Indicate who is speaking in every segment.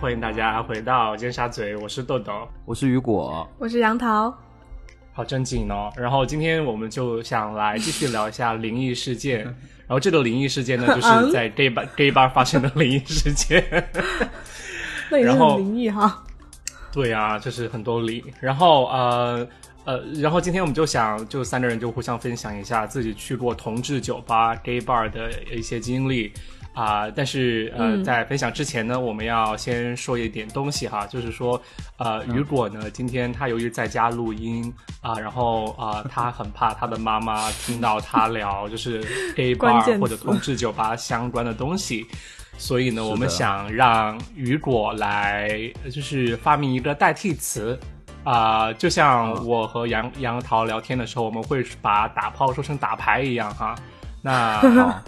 Speaker 1: 欢迎大家回到尖沙咀，我是豆豆，
Speaker 2: 我是雨果，
Speaker 3: 我是杨桃。
Speaker 1: 好正经哦！然后今天我们就想来继续聊一下灵异事件，然后这个灵异事件呢，就是在 gay bar gay bar 发生的灵异事件。
Speaker 3: 那也是
Speaker 1: 然后
Speaker 3: 很灵异哈。
Speaker 1: 对啊，就是很多理。然后呃呃，然后今天我们就想，就三个人就互相分享一下自己去过同志酒吧、gay bar 的一些经历啊、但是呃，
Speaker 3: 嗯
Speaker 1: 在分享之前呢，我们要先说一点东西哈，就是说呃，
Speaker 3: 嗯
Speaker 1: 雨果呢，今天他由于在家录音啊、然后 啊、他很怕他的妈妈听到他聊就是 gay
Speaker 3: 关
Speaker 1: bar
Speaker 3: 键
Speaker 1: 或者
Speaker 3: 词
Speaker 1: 同志酒吧相关的东西。所以呢，
Speaker 2: 是的
Speaker 1: 我们想让雨果来，呃就是发明一个代替词啊、就像我和杨杨桃聊天的时候，我们会把打炮说成打牌一样哈。 那好，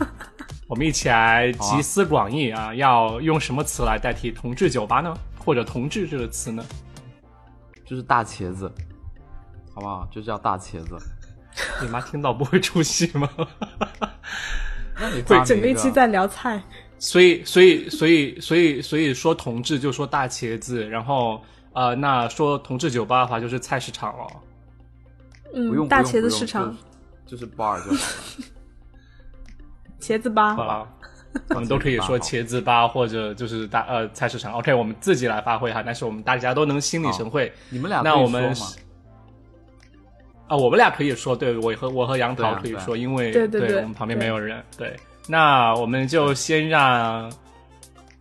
Speaker 1: 我们一起来集思广益啊，要用什么词来代替“同志酒吧”呢？或者“同志”这个词呢？
Speaker 2: 就是大茄子，好不好？就叫大茄子。
Speaker 1: 你妈听到不会出戏 吗？
Speaker 2: 那你
Speaker 1: 对
Speaker 2: 发明
Speaker 3: 整个一
Speaker 2: 个
Speaker 3: 期在聊菜，
Speaker 1: 所以，所以，所以，所以，所以说同志就说大茄子，然后呃，那说同志酒吧的话就是菜市场了。
Speaker 2: 不用
Speaker 3: 嗯，大
Speaker 2: 不用
Speaker 3: 茄子
Speaker 2: 不用
Speaker 3: 市场，
Speaker 2: 就就是 bar 就好了。
Speaker 3: 茄子吧。
Speaker 1: 啊， 我们都可以说茄子吧，或者就是大呃菜市场。OK，我们自己来发挥哈，但是我们大家都能心领神会。
Speaker 2: 你们俩
Speaker 1: 那
Speaker 2: 可以
Speaker 1: 我们
Speaker 2: 说吗
Speaker 1: 是啊，我们俩可以说，对我和我和杨
Speaker 2: 对
Speaker 1: 桃
Speaker 2: 啊
Speaker 1: 可以
Speaker 2: 对啊
Speaker 1: 说，因为
Speaker 3: 对对对
Speaker 1: 我们旁边没有人。对，那我们就先让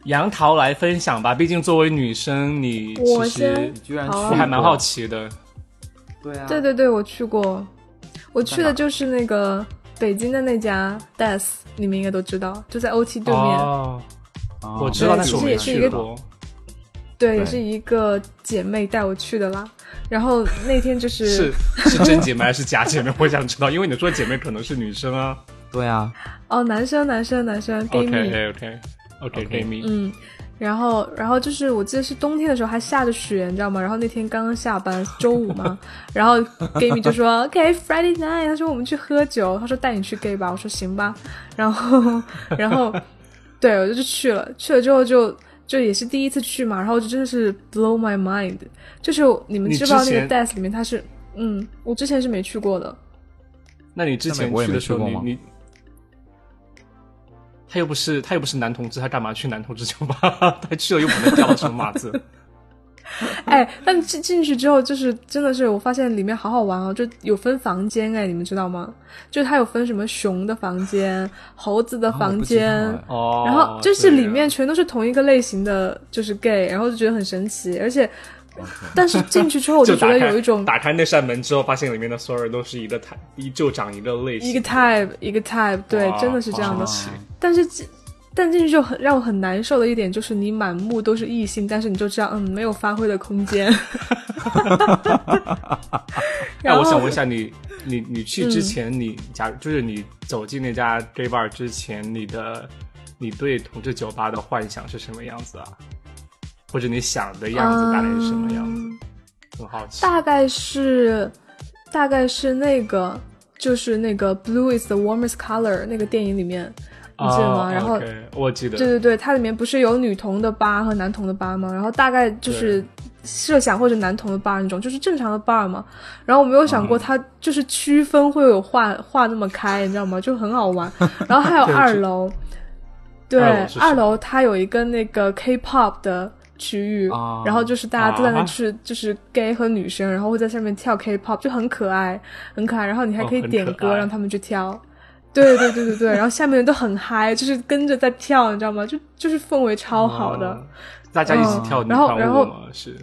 Speaker 1: 杨桃来分享吧，毕竟作为女生，你
Speaker 3: 我
Speaker 1: 其
Speaker 3: 先
Speaker 1: 实
Speaker 2: 你居然去
Speaker 3: 好啊
Speaker 1: 我还蛮好
Speaker 2: 奇。
Speaker 1: 奇的。
Speaker 2: 对啊，
Speaker 3: 对对对，我去过，我去
Speaker 2: 在哪
Speaker 3: 的就是那个北京的那家 Das，你们应该都知道，就在欧七对面。
Speaker 1: 哦，
Speaker 2: 啊，
Speaker 1: 我知道，
Speaker 3: 对
Speaker 1: 但是我
Speaker 3: 其实
Speaker 1: 没
Speaker 3: 也是一
Speaker 1: 去
Speaker 3: 个
Speaker 1: 过。
Speaker 3: 对，
Speaker 2: 对
Speaker 3: 也是一个姐妹带我去的啦。然后那天就是
Speaker 1: 是是真姐妹还是假姐妹？我想知道，因为你说姐妹可能是女生啊。
Speaker 2: 对啊，
Speaker 3: 哦，男生男生男生 gay 蜜
Speaker 1: OK OK OK
Speaker 2: OK
Speaker 1: OK 蜜，
Speaker 3: 嗯，然后，然后就是我记得是冬天的时候还下着雪，你知道吗？然后那天刚刚下班，周五 嘛，然后 gay 米就说 OK Friday night，他说我们去喝酒，他说带你去 gay 吧，我说行吧，然后，然后，对我就去了，去了之后就就也是第一次去嘛，然后就真的是 blow my mind，就是你们
Speaker 1: 你
Speaker 3: 知不知道
Speaker 1: 之
Speaker 3: 那个
Speaker 1: 前
Speaker 3: death 里面它是，嗯，我之前是没去过的，
Speaker 1: 那你之前
Speaker 2: 那美国也
Speaker 1: 的
Speaker 2: 没
Speaker 1: 时候，
Speaker 2: 去过
Speaker 1: 你
Speaker 2: 吗
Speaker 1: 你他又不是他又不是男同志，他干嘛去男同志酒吧？ 他去了又不能掉到什么码子？
Speaker 3: 哎，但进进去之后，就是真的是我发现里面好好玩哦，就有分房间哎，你们知道吗？就它有分什么熊的房间、猴子的
Speaker 2: 啊
Speaker 3: 房间，
Speaker 1: 哦，
Speaker 3: 然后就是
Speaker 1: 对
Speaker 3: 里面全都是同一个类型的，就是 gay，然后就觉得很神奇，而且，但是进去之后我
Speaker 1: 就
Speaker 3: 觉
Speaker 1: 打
Speaker 3: 得
Speaker 1: 开
Speaker 3: 有一种
Speaker 1: 打开那扇门之后，发现里面的所有人都是一个他一就长一个类型，
Speaker 3: 一个 type 一个 type，对，
Speaker 1: 哇
Speaker 3: 真的是这样的
Speaker 1: 好。神奇
Speaker 3: 但是进但进去就很让我很难受的一点就是，你满目都是异性，但是你就知道，嗯，没有发挥的 空间。然
Speaker 1: 那哎
Speaker 3: 后嗯
Speaker 1: 我想问一下你，你你去之前，你假如就是你走进那家 gay bar 之前，你的你对同志酒吧的幻想是什么样子啊？或者你想的样子大概是什么样子？
Speaker 3: 嗯
Speaker 1: 很好奇。
Speaker 3: 大概是，大概是那个，就是那个 “Blue is the warmest color” 那个电影里面，你记得吗？
Speaker 1: 哦
Speaker 3: 然后
Speaker 1: OK，我记得，
Speaker 3: 对对对，它里面不是有女童的吧和男童的吧吗？然后大概就是设想或者男童的吧那种，就是正常的 bar 嘛。然后我没有
Speaker 1: 嗯
Speaker 3: 想过它就是区分会有画画那么开，你知道吗？就很好玩。然后还有
Speaker 1: 对
Speaker 3: 二
Speaker 1: 这
Speaker 3: 楼，对
Speaker 1: 二楼是什，么
Speaker 3: 二楼它有一个那个 K-pop 的区域，
Speaker 2: 啊
Speaker 3: 然后就是大家都在那
Speaker 1: 啊
Speaker 3: 去，就是 gay 和女生，然后会在上面跳 K-pop，就很可爱，很可爱。然后你还
Speaker 1: 哦
Speaker 3: 可以
Speaker 1: 很
Speaker 3: 点
Speaker 1: 可
Speaker 3: 歌
Speaker 1: 爱
Speaker 3: 让他们去跳。对对对对对，然后下面人都很嗨，就是跟着在跳，你知道吗？就就是氛围超好的，
Speaker 1: 哦大家一起跳
Speaker 3: 嗯
Speaker 1: 女
Speaker 3: 然后
Speaker 1: 团
Speaker 3: 然
Speaker 1: 舞
Speaker 3: 后
Speaker 1: 吗？是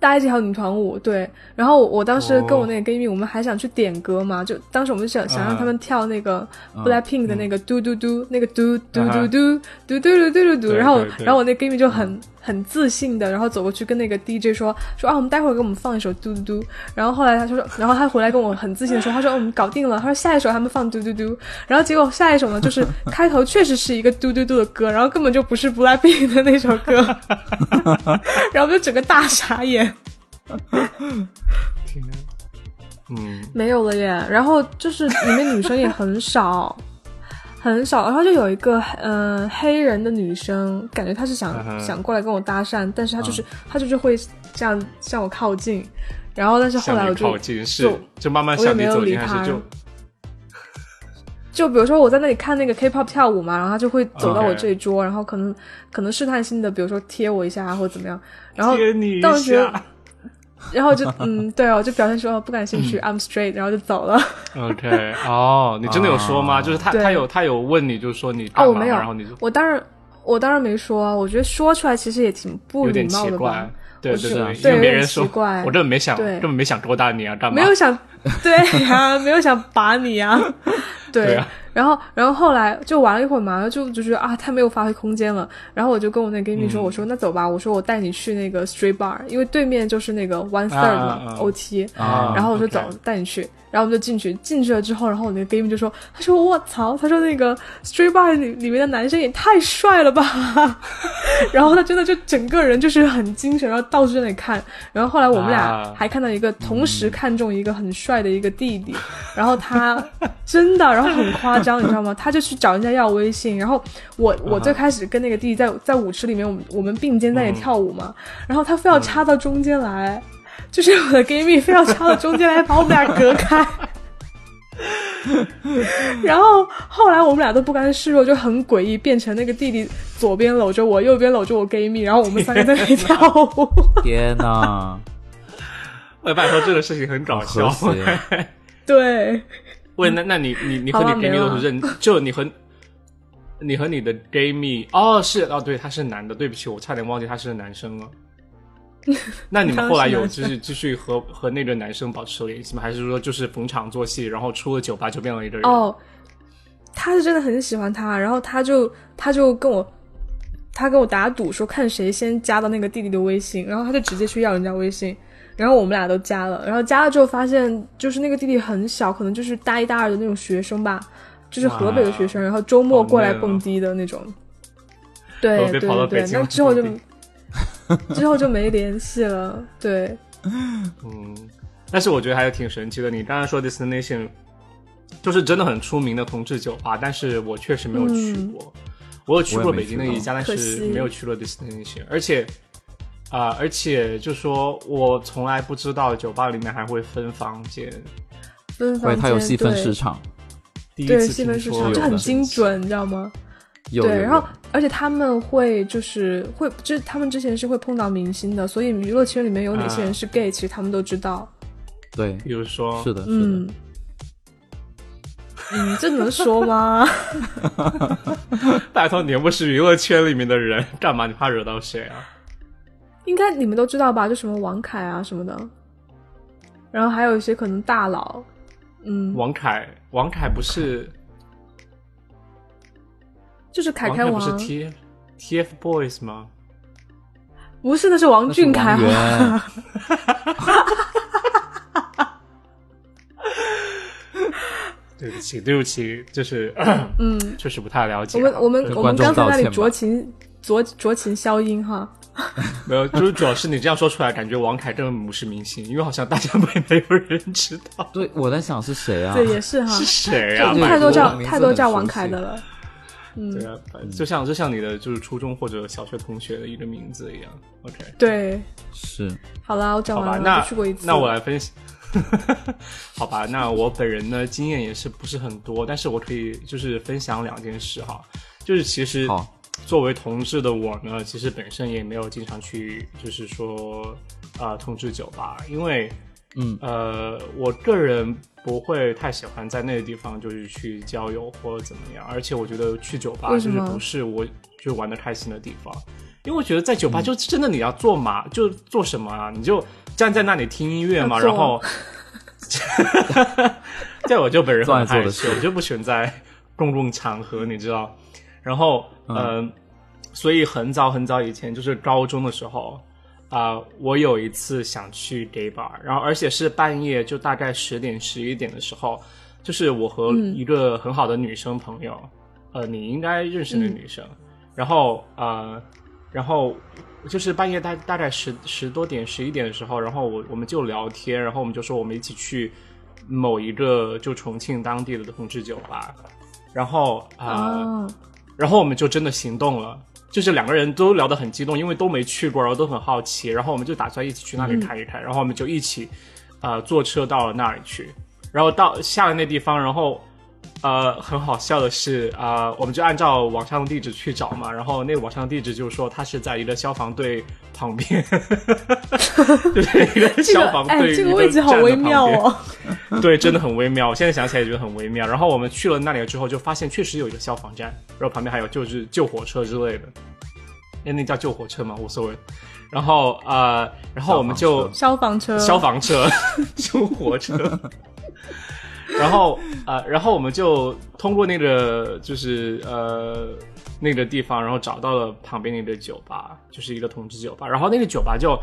Speaker 3: 大家一起跳女团舞。对，然后我当时跟我
Speaker 1: 哦
Speaker 3: 那个闺蜜，我们还想去点歌嘛，就当时我们就想想让他们跳那个 BLACKPINK 的那个嘟嘟嘟，那个嘟嘟嘟嘟嘟嘟嘟嘟嘟嘟，
Speaker 1: 对
Speaker 3: 然后
Speaker 1: 对对
Speaker 3: 然后我那闺蜜就很很自信的，然后走过去跟那个 DJ 说说啊，我们待会儿给我们放一首嘟嘟嘟，然后后来她说，然后她回来跟我很自信的说，她说哦我们搞定了，她说下一首他们放嘟嘟嘟，然后结果下一首呢就是开头确实是一个嘟嘟嘟的歌，然后根本就不是 BLACKPINK 的那首歌， 然后我们就整个大傻眼。
Speaker 1: 天啊，嗯，
Speaker 3: 没有了耶。然后就是里面女生也很少， 很少。然后就有一个嗯、呃黑人的女生，感觉她是想、
Speaker 1: 嗯哼嗯
Speaker 3: 想过来跟我搭讪，但是她就是、她就是会这样向我靠近，然后但是后来
Speaker 1: 向
Speaker 3: 我
Speaker 1: 你
Speaker 3: 就
Speaker 1: 靠近是
Speaker 3: 就
Speaker 1: 就慢慢
Speaker 3: 我也
Speaker 1: 向
Speaker 3: 没
Speaker 1: 你
Speaker 3: 有
Speaker 1: 走
Speaker 3: 理
Speaker 1: 近，还
Speaker 3: 他
Speaker 1: 是就
Speaker 3: 就比如说我在那里看那个 K-pop 跳舞嘛，然后他就会走到我这一桌，然后可能可能试探性的，比如说贴我一下啊或者怎么样，然后
Speaker 1: 贴你一
Speaker 3: 但我觉得
Speaker 1: 下。
Speaker 3: 然后就嗯对哦，就表现说哦不感兴趣、i m straight，然后就走了。
Speaker 1: OK，哦，你真的有说吗？
Speaker 2: 啊
Speaker 1: 就是他
Speaker 3: 对
Speaker 1: 他有他有问你，就是说你干
Speaker 3: 哦，
Speaker 1: 嘛
Speaker 3: 我没有，
Speaker 1: 然后你就
Speaker 3: 我当然我当然没说啊，我觉得说出来其实也挺不
Speaker 1: 有
Speaker 3: 礼
Speaker 1: 点
Speaker 3: 貌
Speaker 1: 奇
Speaker 3: 的
Speaker 1: 怪
Speaker 3: 吧。。
Speaker 1: 对
Speaker 3: 我
Speaker 1: 对
Speaker 2: 是
Speaker 1: 对，因
Speaker 2: 啊
Speaker 1: 为
Speaker 3: 对
Speaker 1: 别
Speaker 3: 有
Speaker 1: 人
Speaker 3: 点
Speaker 1: 说，
Speaker 3: 奇怪
Speaker 1: 我根本没想，
Speaker 3: 对
Speaker 1: 根本没想多大你啊，干嘛？
Speaker 3: 没 有想，对呀、没有想把你呀、对。
Speaker 1: 对啊
Speaker 3: 然后，然后后来就玩了一会儿嘛，然后就就觉得啊，太没有发挥空间了。然后我就跟我那闺蜜
Speaker 1: 嗯
Speaker 3: 说，我说那走吧，我说我带你去那个 street bar，因为对面就是那个 one third 嘛、
Speaker 1: 啊啊
Speaker 3: OT。
Speaker 2: 哎
Speaker 1: 啊
Speaker 3: 然后我说
Speaker 1: OK
Speaker 3: 走，带你去。然后我们就进去，进去了之后，然后我那个闺蜜就说，她说我操，她说那个 street bar 里里面的男生也太帅了吧。 然后她真的就整个人就是很精神，然后到处在那里看。然后后来我们
Speaker 1: 啊
Speaker 3: 俩还看到一个同时看中一个很帅的一个弟弟，然后他真的，然后很夸张，你知道吗？他就去找人家要微信，然后我我最开始跟那个弟弟在在舞池里面，我们我们并肩在那里跳舞嘛，然后他非要插到中间来，就是我的闺蜜非要插到中间来把我们俩隔开。然后后来我们俩都不甘示弱，就很诡异，变成那个弟弟左边搂着我，右边搂着我闺蜜，然后我们三个在那里跳舞。
Speaker 2: 天哪，
Speaker 1: 我爸说这个事情很搞
Speaker 2: 和
Speaker 1: 笑。
Speaker 2: 谐，
Speaker 3: 对，
Speaker 1: 喂，那那你你你和你
Speaker 3: 好吧
Speaker 1: gay 蜜
Speaker 3: 没了
Speaker 1: 都是认，就你和你和你的 gay 蜜哦是哦对他是男的，对不起我差点忘记他是男生了。那你们后来有
Speaker 3: 当时
Speaker 1: 就
Speaker 3: 男
Speaker 1: 是继续和和那个男生保持联系吗？还是说就是逢场作戏，然后出了酒吧就变了一个人？
Speaker 3: 哦，他是真的很喜欢他，然后他就他就跟我，他跟我打赌说看谁先加到那个弟弟的微信，然后他就直接去要人家微信，然后我们俩都加了，然后加了之后发现就是那个弟弟很小，可能就是大一大二的那种学生吧，就是河北的学生，然后周末
Speaker 1: 好
Speaker 3: 过来
Speaker 1: 嫩啊
Speaker 3: 蹦迪的那种。
Speaker 1: 河
Speaker 3: 对
Speaker 1: 北
Speaker 3: 对
Speaker 1: 跑到
Speaker 3: 对
Speaker 1: 北
Speaker 3: 对，
Speaker 1: 京
Speaker 3: 那
Speaker 1: 来
Speaker 3: 之后就
Speaker 1: 蹦
Speaker 3: 之后就没联系了。对，
Speaker 1: 嗯，但是我觉得还是挺神奇的。你刚刚说 destination，就是真的很出名的同志酒吧，但是我确实没有去过。
Speaker 3: 嗯
Speaker 1: 我有去过北京的一家，但
Speaker 3: 过
Speaker 1: 是
Speaker 3: 可惜
Speaker 1: 没有去过 destination，而且。啊、而且就说，我从来不知道酒吧里面还会分房间，
Speaker 3: 分
Speaker 2: 喂，
Speaker 3: 房
Speaker 2: 它有
Speaker 3: 间
Speaker 2: 细分
Speaker 3: 对
Speaker 2: 市场，
Speaker 1: 第一
Speaker 3: 对
Speaker 1: 次
Speaker 3: 细分
Speaker 1: 听
Speaker 3: 市
Speaker 1: 说
Speaker 3: 场
Speaker 1: 有
Speaker 3: 就很
Speaker 1: 的
Speaker 3: 精准，你知道吗？
Speaker 2: 有有
Speaker 3: 对，
Speaker 2: 有
Speaker 3: 然后而且他们会就是会，就是他们之前是会碰到明星的，所以娱乐圈里面有哪些人是 gay，、其实他们都知道。
Speaker 2: 对，
Speaker 1: 比如说，
Speaker 2: 是的，是的
Speaker 3: 嗯，嗯，这能说 吗？
Speaker 1: 拜托你又不是娱乐圈里面的人，干嘛你怕惹到谁啊？
Speaker 3: 应该你们都知道吧？就什么王凯啊什么的，然后还有一些可能大佬，嗯，
Speaker 1: 王凯，王凯不是
Speaker 3: 就是凯
Speaker 1: 王
Speaker 3: 凯
Speaker 1: 凯
Speaker 3: 王，
Speaker 1: 不是 T T F Boys 吗？
Speaker 3: 不是，那是王
Speaker 2: 那是
Speaker 3: 俊凯，啊
Speaker 2: 王
Speaker 3: 好吧
Speaker 2: 源，
Speaker 1: 对不起，对不起，就是
Speaker 3: 嗯，
Speaker 1: 确实不太了解
Speaker 3: 我
Speaker 1: 啊。
Speaker 3: 们我们
Speaker 1: 对
Speaker 3: 我们
Speaker 2: 观众
Speaker 3: 刚才
Speaker 2: 道
Speaker 3: 那里
Speaker 2: 歉吧
Speaker 3: 酌情酌酌情消音哈。
Speaker 1: 没有，就是主要是你这样说出来，感觉王凯根本不是明星，因为好像大家没没有人知道
Speaker 2: 对，我在想是谁啊？
Speaker 3: 对，也是哈，
Speaker 1: 是谁啊。
Speaker 2: 对
Speaker 1: 拜
Speaker 3: 太
Speaker 1: 托
Speaker 3: 多
Speaker 2: 这样
Speaker 3: 叫
Speaker 2: 名字
Speaker 3: 太多
Speaker 2: 很
Speaker 3: 叫
Speaker 2: 熟
Speaker 3: 王凯
Speaker 2: 悉
Speaker 3: 的了。嗯，
Speaker 1: 对啊，就像就像你的就是初中或者小学同学的一个名字一样。OK，
Speaker 3: 对，
Speaker 2: 是
Speaker 3: 好啦，嗯我讲
Speaker 1: 好吧，
Speaker 3: 完了，
Speaker 1: 那
Speaker 3: 我去过一次。
Speaker 1: 那我来分析。 好吧，那我本人呢经验也是不是很多，但是我可以就是分享两件事哈，就是其实
Speaker 2: 好，
Speaker 1: 作为同志的我呢，其实本身也没有经常去，就是说，呃，同志酒吧，因为，
Speaker 2: 嗯，
Speaker 1: 呃，我个人不会太喜欢在那个地方就是去交友或者怎么样，而且我觉得去酒吧
Speaker 3: 为
Speaker 1: 就
Speaker 3: 什
Speaker 1: 是
Speaker 3: 么
Speaker 1: 不是我就玩的开心的地方，因为我觉得在酒吧就真的你要做嘛，就做什么啊，你就站在那里听音乐嘛，
Speaker 3: 要做
Speaker 1: 然后， 在我就本人
Speaker 2: 做爱
Speaker 1: 很
Speaker 2: 做的
Speaker 1: 害羞，
Speaker 2: 事
Speaker 1: 我就不喜欢在公众场合，你知道。然后，嗯、所以很早很早以前，就是高中的时候，啊、我有一次想去 gay bar，然后而且是半夜，就大概十点十一点的时候，就是我和
Speaker 3: 嗯
Speaker 1: 一个很好的女生朋友，呃，你应该认识那个女生，然后呃，然后就是半夜大大概十十多点十一点的时候，然后我我们就聊天，然后我们就说我们一起去某一个就重庆当地的同志酒吧，然后啊、
Speaker 3: 哦，
Speaker 1: 然后我们就真的行动了，就是两个人都聊得很激动，因为都没去过，然后都很好奇，然后我们就打算一起去那
Speaker 3: 嗯
Speaker 1: 里看一看，然后我们就一起，呃，坐车到了那里去，然后到下了那地方，然后，呃，很好笑的是，啊，我们就按照网上的地址去找嘛，然后那个网上的地址就说它是在一个消防队旁边， 就是一个
Speaker 3: 这个
Speaker 1: 消防队、
Speaker 3: 哎，这个位置好微妙。哦。
Speaker 1: 对，真的很微妙。我现在想起来也觉得很微妙。然后我们去了那里之后，就发现确实有一个消防站，然后旁边还有就是救火车之类的。哎，那叫救火车吗？无所谓。然后呃，然后我们就
Speaker 3: 消防车，
Speaker 1: 消防车、 救火车。然后呃，然后我们就通过那个就是呃那个地方，然后找到了旁边那个酒吧，就是一个同志酒吧。然后那个酒吧就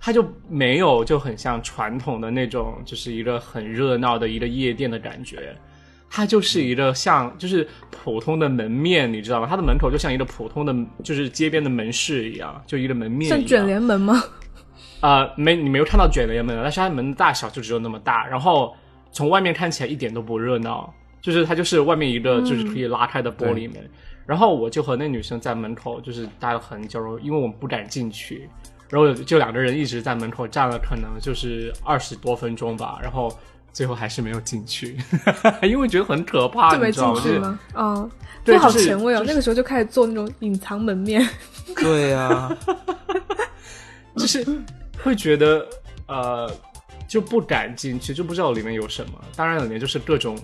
Speaker 1: 它就没有就很像传统的那种，就是一个很热闹的一个夜店的感觉。它就是一个像就是普通的门面，你知道吗？它的门口就像一个普通的就是街边的门市一样，就一个门面一样。
Speaker 3: 像卷帘门吗？
Speaker 1: 呃，没，你没有看到卷帘门的，但是它门的大小就只有那么大，然后从外面看起来一点都不热闹，就是它就是外面一个就是
Speaker 3: 嗯
Speaker 1: 可以拉开的玻璃门，然后我就和那女生在门口就是待了很久，因为我们不敢进去，然后就两个人一直在门口站了，可能就是二十多分钟吧，然后最后还是没有进去， 因为觉得很可怕，
Speaker 3: 就没
Speaker 1: 啊你知
Speaker 3: 进
Speaker 1: 道吗？就
Speaker 3: 去
Speaker 1: 是
Speaker 3: 吗？哦，
Speaker 1: 对
Speaker 3: 这好
Speaker 1: 就是
Speaker 3: 前卫哦
Speaker 1: 就！是
Speaker 3: 那个时候就开始做那种隐藏门面，
Speaker 2: 对呀、
Speaker 1: 就是会觉得呃就不敢进去，就不知道里面有什么。当然里面就是各种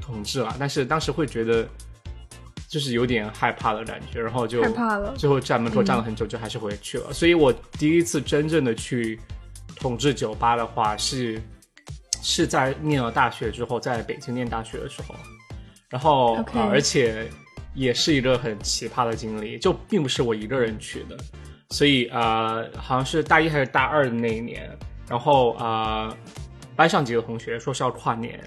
Speaker 1: 统治啦，但是当时会觉得就是有点害怕的感觉，然后就
Speaker 3: 害怕嗯了
Speaker 1: 最后站门口站了很久，就还是回去了。所以我第一次真正的去统治酒吧的话是是在念了大学之后，在北京念大学的时候，然后
Speaker 3: OK
Speaker 1: 呃而且也是一个很奇葩的经历，就并不是我一个人去的，所以呃，好像是大一还是大二的那一年，然后呃，班上几个同学说是要跨年。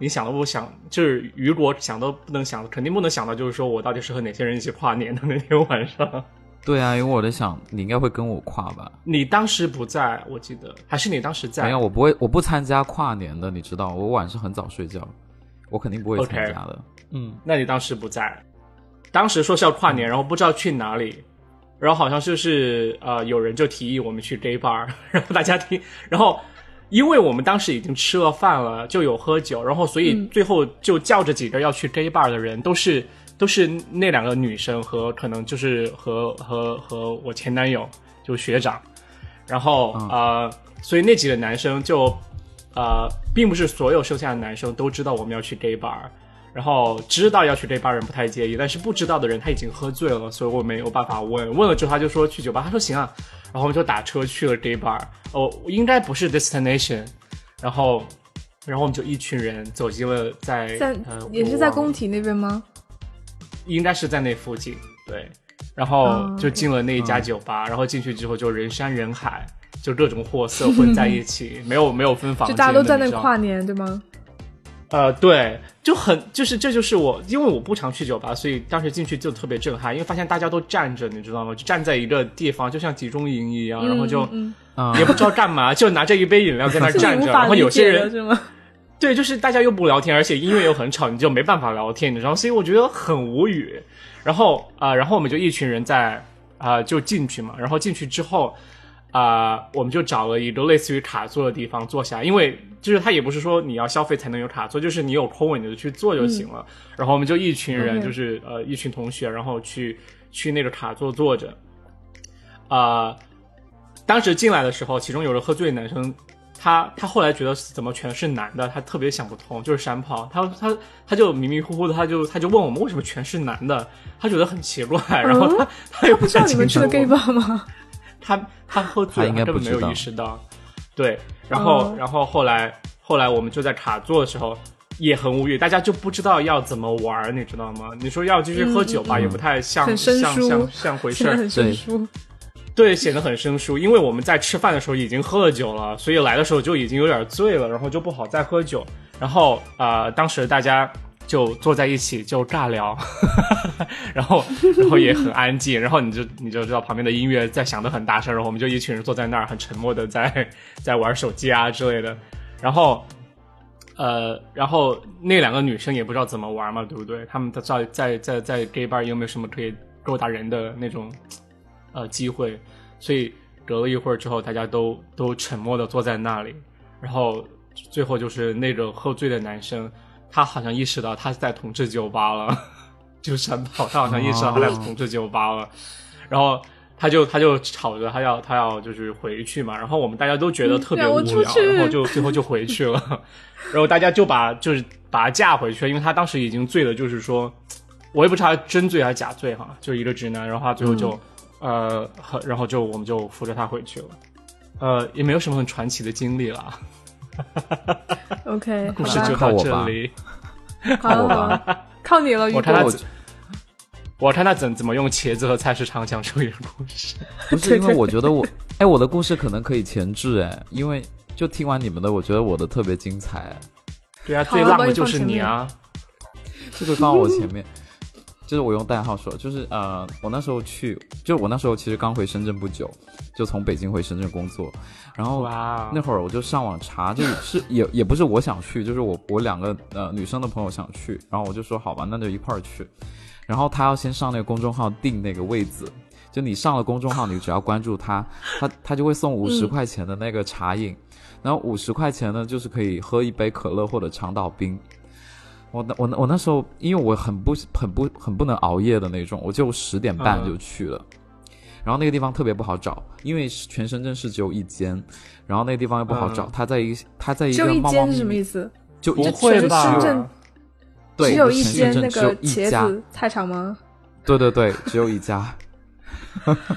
Speaker 1: 你想都不想，就是雨果想都不能想，肯定不能想到，就是说我到底是和哪些人一起跨年的那天晚上。
Speaker 2: 对啊，因为我在想，你应该会跟我跨吧？
Speaker 1: 你当时不在，我记得，还是你当时在？
Speaker 2: 没有，我不会，我不参加跨年的，你知道，我晚上很早睡觉，我肯定不会
Speaker 1: OK
Speaker 2: 参加的。嗯，
Speaker 1: 那你当时不在，当时说是要跨年，然后不知道去哪里，然后好像就是呃有人就提议我们去 gay bar，然 后大家听，然后因为我们当时已经吃了饭了，就有喝酒，然后所以最后就叫着几个要去 gay bar 的人，都是都是那两个女生和可能就是和和和我前男友就学长，然后、呃，所以那几个男生就呃，并不是所有剩下的男生都知道我们要去 gay bar，然后知道要去 gay bar 人不太介意，但是不知道的人他已经喝醉了，所以我没有办法问。问了之后他就说去酒吧，他说行啊，然后我们就打车去了 gay bar，哦，应该不是 destination，然后。然后我们就一群人走进了在
Speaker 3: 在
Speaker 1: 呃
Speaker 3: 也是在
Speaker 1: 我忘了
Speaker 3: 工体那边吗？
Speaker 1: 应该是在那附近，对。然后
Speaker 3: 嗯
Speaker 1: 就进了那一家酒吧，然后进去之后就人山人海，就各种货色混在一起，没有没有分房
Speaker 3: 嗯
Speaker 1: 间的，
Speaker 3: 就大家都在
Speaker 1: 你
Speaker 3: 那
Speaker 1: 知道
Speaker 3: 跨年，对吗？
Speaker 1: 呃，对，就很就是这就是我，因为我不常去酒吧，所以当时进去就特别震撼，因为发现大家都站着，你知道吗？就站在一个地方，就像集中营一样，然后就
Speaker 3: 嗯
Speaker 2: 啊、
Speaker 1: 也不知道干嘛，就拿着一杯饮料 在那儿
Speaker 3: 嗯
Speaker 1: 站
Speaker 3: 是你
Speaker 1: 着，
Speaker 3: 无法
Speaker 1: 然后有
Speaker 3: 理
Speaker 1: 些
Speaker 3: 解
Speaker 1: 人
Speaker 3: 的是吗？
Speaker 1: 对，就是大家又不聊天，而且音乐又很吵，你就没办法聊天，你知道，所以我觉得很无语。然后啊、呃然后我们就一群人在啊、呃就进去嘛，然后进去之后啊、呃我们就找了一个类似于卡座的地方坐下，因为就是他也不是说你要消费才能有卡座，就是你有空位你就去坐就行了。然后我们就一群人，
Speaker 3: OK
Speaker 1: 就是呃一群同学，然后去去那个卡座坐着，啊、当时进来的时候，其中有个喝醉的男生，他他后来觉得怎么全是男的，他特别想不通，就是山炮，他他他就迷迷糊糊的，他就他就问我们为什么全是男的，他觉得很奇怪，然后他、他也
Speaker 3: 哦不知道你们去
Speaker 1: 的
Speaker 3: 了 gay bar 吗？
Speaker 1: 他他喝醉了，
Speaker 2: 他应该
Speaker 1: 根本没
Speaker 2: 不
Speaker 1: 有
Speaker 2: 知道
Speaker 1: 意识到。对，然后、
Speaker 3: 嗯
Speaker 1: 然后后来后来我们就在卡座的时候也很无语，大家就不知道要怎么玩儿，你知道吗？你说要继续喝酒吧，也不太像
Speaker 3: 嗯很生
Speaker 1: 像
Speaker 3: 疏
Speaker 1: 像像回
Speaker 3: 真
Speaker 1: 事
Speaker 3: 的
Speaker 1: 儿。
Speaker 3: 很生疏。
Speaker 1: 对，显得很生疏，因为我们在吃饭的时候已经喝了酒了，所以来的时候就已经有点醉了，然后就不好再喝酒。然后呃，当时大家就坐在一起就尬聊， 然后然后也很安静，然后你就你就知道旁边的音乐在响得很大声，然后我们就一群人坐在那儿很沉默的在在玩手机啊之类的，然后呃，然后那两个女生也不知道怎么玩嘛，对不对？她们在在在在 gay bar 有没有什么可以勾搭人的那种呃机会？所以隔了一会儿之后，大家都都沉默的坐在那里，然后最后就是那个喝醉的男生，他好像意识到他在同志酒吧了， 就是很跑，他好像意识到他在同志酒吧了，然后。他就他就吵着他要他要就是回去嘛，然后我们大家都觉得特别
Speaker 3: 嗯让
Speaker 1: 无
Speaker 3: 我
Speaker 1: 聊，
Speaker 3: 出去
Speaker 1: 然后就 最后就回去了，然后大家就把就是把他架回去，因为他当时已经醉了，就是说，我也不知道他真醉还是假醉哈，就一个直男，然后他最后就、
Speaker 3: 嗯
Speaker 1: 呃很，然后就我们就扶着他回去了，呃，也没有什么很传奇的经历啦，
Speaker 3: OK，
Speaker 1: 故
Speaker 3: 好
Speaker 1: 事就
Speaker 3: 吧，
Speaker 1: 到这里，
Speaker 3: 好 了
Speaker 2: 我
Speaker 3: 好
Speaker 2: 吧
Speaker 3: 了，靠你了，雨
Speaker 1: 我
Speaker 3: 果。
Speaker 1: 看他
Speaker 2: 我
Speaker 1: 怎我看他怎怎么用茄子和菜市场讲述一个故事，
Speaker 2: 不是因为我觉得我，哎，我的故事可能可以前置哎，因为就听完你们的，我觉得我的特别精彩哎，
Speaker 1: 对啊，
Speaker 3: 好
Speaker 1: 最
Speaker 3: 了
Speaker 1: 浪
Speaker 3: 帮
Speaker 1: 的
Speaker 3: 你
Speaker 1: 就
Speaker 3: 放
Speaker 1: 是
Speaker 3: 前
Speaker 1: 你
Speaker 3: 面
Speaker 1: 啊，
Speaker 2: 这个放我前面， 就是我用代号说，就是呃，我那时候去，就是我那时候其实刚回深圳不久，就从北京回深圳工作，然后
Speaker 1: 哇，哦
Speaker 2: 那会儿我就上网查，就是是也也不是我想去，就是我我两个呃女生的朋友想去，然后我就说好吧，那就一块儿去。然后他要先上那个公众号订那个位子，就你上了公众号，你只要关注他，他他就会送五十块钱的那个茶饮，然后五十块钱呢就是可以喝一杯可乐或者长岛冰。我那我那我那时候因为我很不很不很不能熬夜的那种，我就十点半
Speaker 1: 嗯
Speaker 2: 就去了。然后那个地方特别不好找，因为是全深圳市只有一间，然后那个地方又不好找。
Speaker 1: 嗯
Speaker 2: 它在一它在一
Speaker 3: 只有
Speaker 2: 个
Speaker 3: 一
Speaker 2: 猫猫
Speaker 3: 间
Speaker 2: 咪
Speaker 3: 是什么
Speaker 2: 咪
Speaker 3: 意思？
Speaker 2: 就
Speaker 1: 不
Speaker 2: 一
Speaker 1: 会
Speaker 3: 就
Speaker 1: 吧？
Speaker 3: 深圳
Speaker 2: 对
Speaker 3: 只有
Speaker 2: 全
Speaker 3: 一间
Speaker 2: 深圳
Speaker 3: 那
Speaker 2: 只有
Speaker 3: 个
Speaker 2: 一
Speaker 3: 茄
Speaker 2: 家
Speaker 3: 子菜场吗？
Speaker 2: 对对对，只有 一家。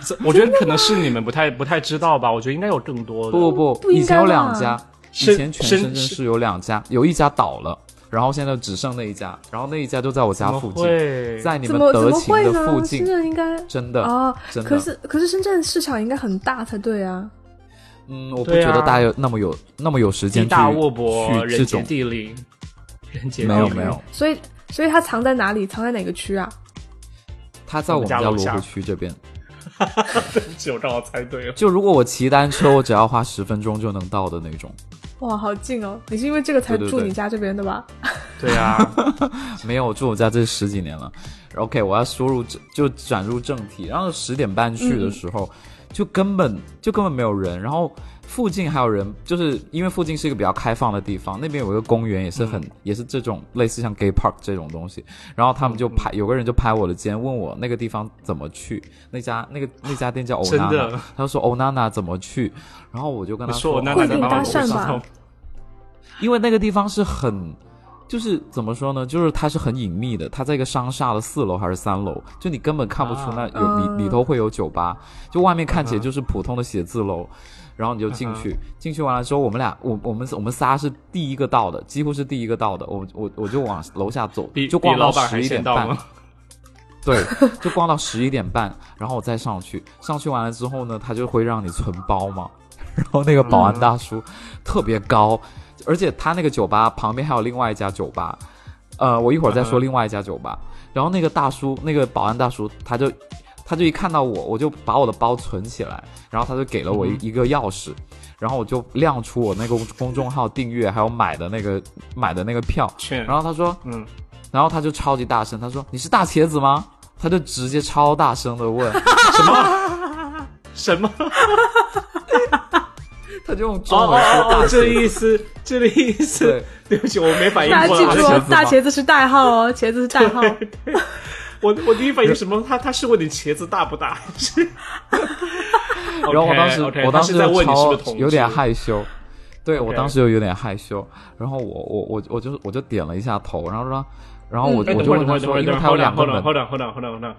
Speaker 1: 这我觉得可能是你们不太不太知道吧，我觉得应该有更多的。
Speaker 2: 不不
Speaker 3: 不
Speaker 2: 以
Speaker 3: 应该
Speaker 2: 前
Speaker 3: 吧
Speaker 2: 有两家，以
Speaker 1: 深
Speaker 2: 前全
Speaker 1: 深
Speaker 2: 深圳市有两家，有一家倒了，然后现在只剩那一家，然后那一家就在我家
Speaker 1: 怎么
Speaker 2: 附近，
Speaker 1: 会？
Speaker 2: 在你
Speaker 3: 怎
Speaker 2: 们
Speaker 3: 么怎
Speaker 2: 德
Speaker 3: 么
Speaker 2: 勤
Speaker 3: 会
Speaker 2: 的
Speaker 3: 呢？
Speaker 2: 附
Speaker 3: 深
Speaker 2: 近，
Speaker 3: 圳应该
Speaker 2: 真的
Speaker 3: 哦，
Speaker 2: 真的。
Speaker 3: 可是可是深圳市场应该很大才对啊。
Speaker 2: 嗯，我不
Speaker 1: 对
Speaker 2: 觉得
Speaker 1: 啊
Speaker 2: 大家有那么有那么有时
Speaker 1: 地
Speaker 2: 间去
Speaker 1: 大物博，
Speaker 2: 去这
Speaker 1: 人杰
Speaker 2: 种，
Speaker 1: 地灵，人杰地
Speaker 2: 没
Speaker 1: 灵
Speaker 2: 有 没有，
Speaker 3: 所以所以它藏在哪里？藏在哪个区啊？
Speaker 2: 他在我们
Speaker 1: 我
Speaker 2: 家
Speaker 1: 们家楼
Speaker 2: 罗
Speaker 1: 下
Speaker 2: 湖区这边。
Speaker 1: 只有让我猜对了。
Speaker 2: 就如果我骑单车，我只要花十分钟就能到的那种。
Speaker 3: 哇，好近哦！你是因为这个才
Speaker 2: 对对
Speaker 3: 住
Speaker 2: 对
Speaker 3: 你家这边的吧？
Speaker 1: 对 啊，
Speaker 2: 没有，我住我家这十几年了。OK，我要输入就转入正题。然后十点半去的时候，就根本就根本没有人。然后附近还有人，就是因为附近是一个比较开放的地方，那边有一个公园，也是很、
Speaker 1: 嗯
Speaker 2: 也是这种类似像 gay park 这种东西。然后他们就拍，有个人就拍我的肩，问我那个地方怎么去，那家那个那家店叫欧
Speaker 1: 真
Speaker 2: 娜
Speaker 1: 的
Speaker 2: 娜，他就说欧娜娜怎么去，然后我就跟
Speaker 1: 你
Speaker 2: 他
Speaker 1: 说
Speaker 2: 说哦
Speaker 1: 我娜娜在
Speaker 3: 贵宾
Speaker 1: 妈
Speaker 3: 搭
Speaker 1: 妈
Speaker 3: 讪吧
Speaker 1: 上，
Speaker 2: 因为那个地方是很，就是怎么说呢？就是它是很隐秘的，它在一个商厦的四楼还是三楼，就你根本看不出那
Speaker 1: 啊
Speaker 2: 有、
Speaker 3: 嗯
Speaker 2: 里里头会有酒吧，就外面看
Speaker 1: 嗯
Speaker 2: 起来
Speaker 1: 哼嗯
Speaker 2: 就是普通的写字楼。然后你就进去，进去完了之后，我们俩，我我们我们仨是第一个到的，几乎是第一个到的。我我我就往楼下走
Speaker 1: 比，
Speaker 2: 就
Speaker 1: 比
Speaker 2: 逛到
Speaker 1: 老板
Speaker 2: 十
Speaker 1: 还
Speaker 2: 一点
Speaker 1: 先到
Speaker 2: 半。
Speaker 1: 吗？
Speaker 2: 对，就逛到十一点半，然后我再上去。上去完了之后呢，他就会让你存包嘛。然后那个保安大叔特别高，而且他那个酒吧旁边还有另外一家酒吧，呃，我一会儿再说另外一家酒吧。然后那个大叔，那个保安大叔，他就他就一看到我，我就把我的包存起来，然后他就给了我一
Speaker 1: 嗯
Speaker 2: 一个钥匙，然后我就亮出我那个公众号订阅还有买的那个买的那个票，
Speaker 1: 劝，
Speaker 2: 然后他说
Speaker 1: 嗯，
Speaker 2: 然后他就超级大声，他说：“你是大茄子吗？”他就直接超大声 的问什么，
Speaker 1: 什么？
Speaker 2: 他就用中
Speaker 1: 哦
Speaker 2: 文说
Speaker 1: 哦
Speaker 2: 大
Speaker 1: 哦，这
Speaker 2: 茄子。
Speaker 1: 个意思，这个意思
Speaker 2: 对。
Speaker 1: 对不起，哎我没反应
Speaker 3: 大家
Speaker 1: 过
Speaker 3: 记
Speaker 1: 来。
Speaker 3: 住
Speaker 2: 茄
Speaker 3: 哦
Speaker 2: 子，吗
Speaker 3: 大茄子是代号哦，茄子是代 号。
Speaker 1: 我我第一反应是什么？他他是问你茄子大不大？是。
Speaker 2: 然后我当时
Speaker 1: OK，OK，
Speaker 2: 我
Speaker 1: 他
Speaker 2: 当时
Speaker 1: 是在
Speaker 2: 就
Speaker 1: 问你是
Speaker 2: 超
Speaker 1: 不是同志
Speaker 2: 有点害羞，对
Speaker 1: OK
Speaker 2: 我当时就有点害羞。然后我我我我就我就点了一下头，然后说，然后我、
Speaker 1: 哎，
Speaker 2: 我
Speaker 1: 等
Speaker 2: 就
Speaker 1: 会儿，
Speaker 2: 问
Speaker 1: 等会儿，
Speaker 2: 他
Speaker 1: 等
Speaker 2: 说，
Speaker 1: 会儿，
Speaker 2: 因为
Speaker 1: 等会
Speaker 2: 他有
Speaker 1: 儿，
Speaker 2: 两
Speaker 1: 等
Speaker 2: 个
Speaker 1: 会儿，
Speaker 2: 门
Speaker 1: 等会儿，等会儿，等会儿。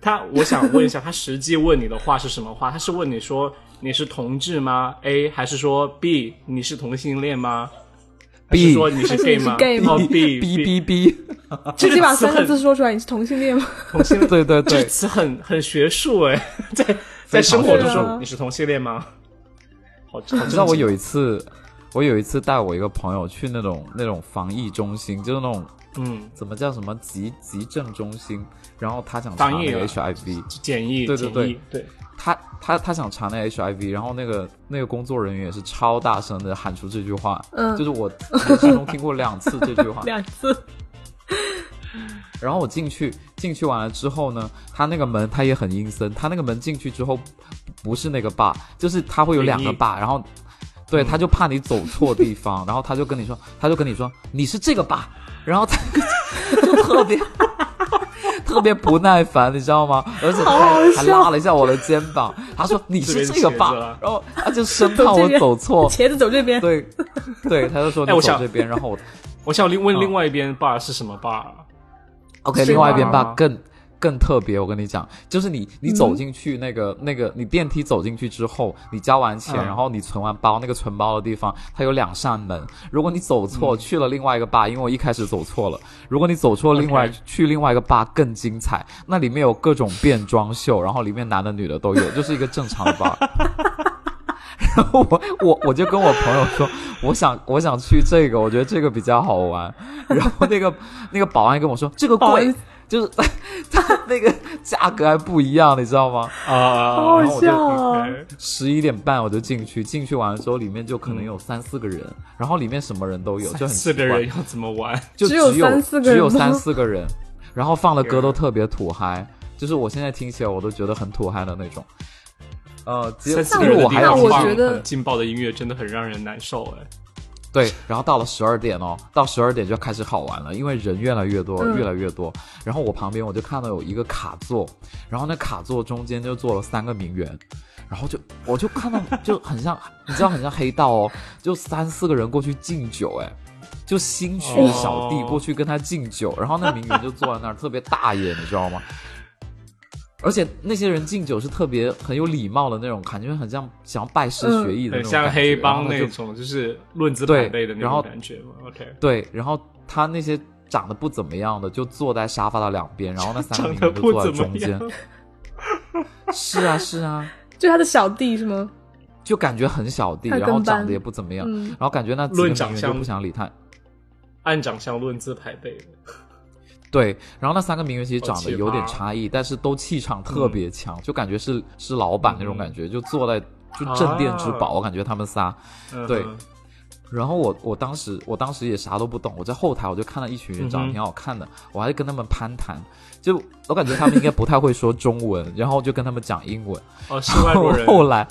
Speaker 1: 他，我想问一下，他实际问你的话是什么话？他是问你说你是同志吗？A 还是说 B 你是同性恋吗还是
Speaker 2: B
Speaker 1: 说你是
Speaker 3: 还是
Speaker 1: gay
Speaker 3: 你是
Speaker 1: 吗
Speaker 3: gay 吗
Speaker 1: 哦
Speaker 2: 哔
Speaker 1: B
Speaker 2: 哔哔，
Speaker 3: 直接
Speaker 1: 这
Speaker 3: 把
Speaker 1: 个
Speaker 3: 三
Speaker 1: 词
Speaker 3: 个
Speaker 1: 很
Speaker 3: 字说出来，你是同性恋吗？
Speaker 1: 同性恋，
Speaker 2: 对对
Speaker 1: 这
Speaker 2: 对
Speaker 1: 个，词很很学术哎，在在生活中说你是同性恋吗？好，你
Speaker 2: 你知道我有一次，我有一次带我一个朋友去那种那种防疫中心，就是那种
Speaker 1: 嗯
Speaker 2: 怎么叫什么急急症中心，然后他想查
Speaker 1: 当
Speaker 2: 那
Speaker 1: 夜
Speaker 2: 个
Speaker 1: 了
Speaker 2: HIV，
Speaker 1: 简易，
Speaker 2: 对对对
Speaker 1: 简易对，
Speaker 2: 他他他想查那个 HIV，然后那个那个工作人员也是超大声的喊出这句话，
Speaker 3: 嗯，
Speaker 2: 就是我 人生中听过两次这句话
Speaker 3: 两次，
Speaker 2: 然后我进去，进去完了之后呢，他那个门他也很阴森，他那个门进去之后不是那个坝，就是他会有两个坝，然后对，
Speaker 3: 嗯
Speaker 2: 他就怕你走错地 方，然后他就跟你说，他就跟你说你是这个坝，然后他 就特别 特别不耐烦，你知道吗？而且
Speaker 3: 好好
Speaker 2: 他还
Speaker 3: 笑
Speaker 2: 拉了一下我的肩膀，他 说你是这个坝
Speaker 1: 这边是茄子啊，
Speaker 2: 然后他就生怕我
Speaker 3: 这边
Speaker 2: 走 错，
Speaker 3: 茄子走这边，
Speaker 2: 对对，他就说
Speaker 1: 哎
Speaker 2: 你
Speaker 1: 我
Speaker 2: 走
Speaker 1: 想
Speaker 2: 这边，然后我
Speaker 1: 我想另问
Speaker 2: 嗯
Speaker 1: 另外一边 bar 是什么 bar？
Speaker 2: OK，
Speaker 3: 是
Speaker 2: 另外一边
Speaker 1: 吗
Speaker 2: 吧，更更特别。我跟你讲，就是你你走进去那个、那个，你电梯走进去之后，你交完钱，
Speaker 1: 嗯
Speaker 2: 然后你存完包，那个存包的地方它有两扇门。如果你走
Speaker 1: 嗯
Speaker 2: 错、去了另外一个吧，因为我一开始走错了。如果你走错
Speaker 1: OK
Speaker 2: 另外去另外一个吧更精彩，那里面有各种变装秀，然后里面男的女的都有，就是一个正常的 吧。然后我我我就跟我朋友说，我想我想去这个，我觉得这个比较好玩。 然后那个那个保安跟我说，这个
Speaker 3: 保
Speaker 2: 贵
Speaker 3: 安，
Speaker 2: 就是 它那个价格还不一样，你知道吗？
Speaker 1: 啊，
Speaker 3: 好好
Speaker 1: 然后我就
Speaker 3: 笑啊
Speaker 1: OK
Speaker 2: 十一点半我就进去，进去完了之后，里面就可能有三四个人，然后里面什么人都有，就
Speaker 1: 嗯
Speaker 2: 很
Speaker 1: 四个
Speaker 2: 奇怪
Speaker 1: 人要怎么玩？
Speaker 2: 就
Speaker 3: 只
Speaker 2: 只
Speaker 3: 有三四个人
Speaker 2: 只有
Speaker 3: 吗
Speaker 2: 三四个人，然后放的歌
Speaker 1: Yeah
Speaker 2: 都特别土嗨，就是我现在听起来我都觉得很土嗨的那种。呃，结
Speaker 1: 三四个
Speaker 2: 因
Speaker 1: 人
Speaker 2: 为
Speaker 1: 的
Speaker 2: 我
Speaker 1: 地
Speaker 2: 还有
Speaker 1: 方
Speaker 3: 那我
Speaker 1: 放
Speaker 3: 觉得
Speaker 1: 很劲爆的音乐真的很让人难受哎。
Speaker 2: 对，然后到了十二点哦，到十二点就开始好玩了，因为人越来越多，
Speaker 3: 嗯
Speaker 2: 越来越多。然后我旁边我就看到有一个卡座，然后那卡座中间就坐了三个名媛，然后就我就看到就很像，你知道很像黑道哦，就三四个人过去敬酒，哎，就新娶的小弟
Speaker 1: 哦
Speaker 2: 过去跟他敬酒，然后那名媛就坐在那儿特别大爷，你知道吗？而且那些人敬酒是特别很有礼貌的那种，感觉很像想要拜师
Speaker 3: 嗯
Speaker 2: 学艺的
Speaker 1: 很
Speaker 2: 那种感觉，
Speaker 1: 像黑帮
Speaker 2: 然后他
Speaker 1: 那
Speaker 2: 就
Speaker 1: 种，就是论资排
Speaker 2: 对
Speaker 1: 辈的那
Speaker 2: 然后
Speaker 1: 种感觉嘛。OK，
Speaker 2: 对，然后他那些长得不怎么样的就坐在沙发的两边，然后那三
Speaker 1: 长
Speaker 2: 个名
Speaker 1: 得
Speaker 2: 人就
Speaker 1: 不
Speaker 2: 坐在
Speaker 1: 怎么
Speaker 2: 中间
Speaker 1: 样。。
Speaker 2: 是啊，是啊，
Speaker 3: 就他的小弟是吗？
Speaker 2: 就感觉很小弟，
Speaker 3: 他
Speaker 2: 然后
Speaker 3: 跟班
Speaker 2: 长得也不怎么样，
Speaker 3: 嗯
Speaker 2: 然后感觉那几个
Speaker 1: 论
Speaker 2: 名
Speaker 1: 长
Speaker 2: 人就
Speaker 1: 相
Speaker 2: 不想理他。
Speaker 1: 按长相论资排辈的，
Speaker 2: 对，然后那三个名媛其实
Speaker 1: 好
Speaker 2: 长得
Speaker 1: 奇
Speaker 2: 有点
Speaker 1: 葩
Speaker 2: 差异，但是都气场特别强，就感觉是是老板那种感觉，就坐在就镇店之宝，
Speaker 1: 啊
Speaker 2: 我感觉他们仨。
Speaker 1: 嗯
Speaker 2: 对
Speaker 1: 哼
Speaker 2: 然后我我当时我当时也啥都不懂，我在后台我就看到一群人
Speaker 1: 嗯
Speaker 2: 长得
Speaker 1: 哼
Speaker 2: 挺好看的，我还跟他们攀谈，就我感觉他们应该不太会说中文，然后就跟他们讲英文。
Speaker 1: 哦，是外国人。
Speaker 2: 后来，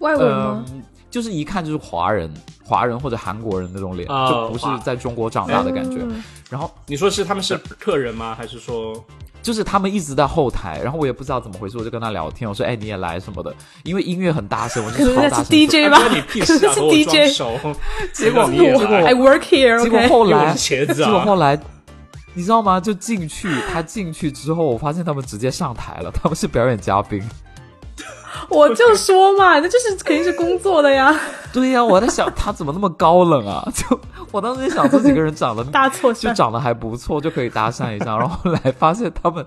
Speaker 3: 外文吗？
Speaker 2: 嗯，就是一看就是华人、华人或者韩国人那种脸，
Speaker 1: 啊
Speaker 2: 就不是
Speaker 1: 华
Speaker 2: 在中国长大的感觉。
Speaker 3: 嗯
Speaker 2: 然后
Speaker 1: 你说是他们是客人吗？还是说
Speaker 2: 就是他们一直在后台，然后我也不知道怎么回事，我就跟他聊天，我说：“哎，你也来什么的？”因为音乐很大声，我就
Speaker 3: 可能
Speaker 2: 超
Speaker 3: 人家
Speaker 2: 大
Speaker 3: 是
Speaker 2: 声说。
Speaker 3: DJ 吧
Speaker 1: 关你屁事啊？
Speaker 3: 可
Speaker 1: 和
Speaker 3: 能
Speaker 1: 我
Speaker 3: 是
Speaker 1: 装
Speaker 3: DJ。
Speaker 1: 熟，
Speaker 2: 结 果
Speaker 1: 你也
Speaker 2: 结果
Speaker 1: 来
Speaker 3: I work here，
Speaker 2: 结果
Speaker 3: OK。
Speaker 2: 后
Speaker 1: 因为我
Speaker 2: 来
Speaker 1: 是茄子
Speaker 2: 结果
Speaker 1: 啊。
Speaker 2: 后来，你知道吗？就进去，他进去之后，我发现他们直接上台了，他们是表演嘉宾。
Speaker 3: 我就说嘛，那就是肯定是工作的呀，
Speaker 2: 对呀、我在想他怎么那么高冷啊？ 就我当时就想这几个人长得
Speaker 3: 大错
Speaker 2: 就
Speaker 3: 散。
Speaker 2: 长得还不错，就可以搭讪一下。然后后来发现他们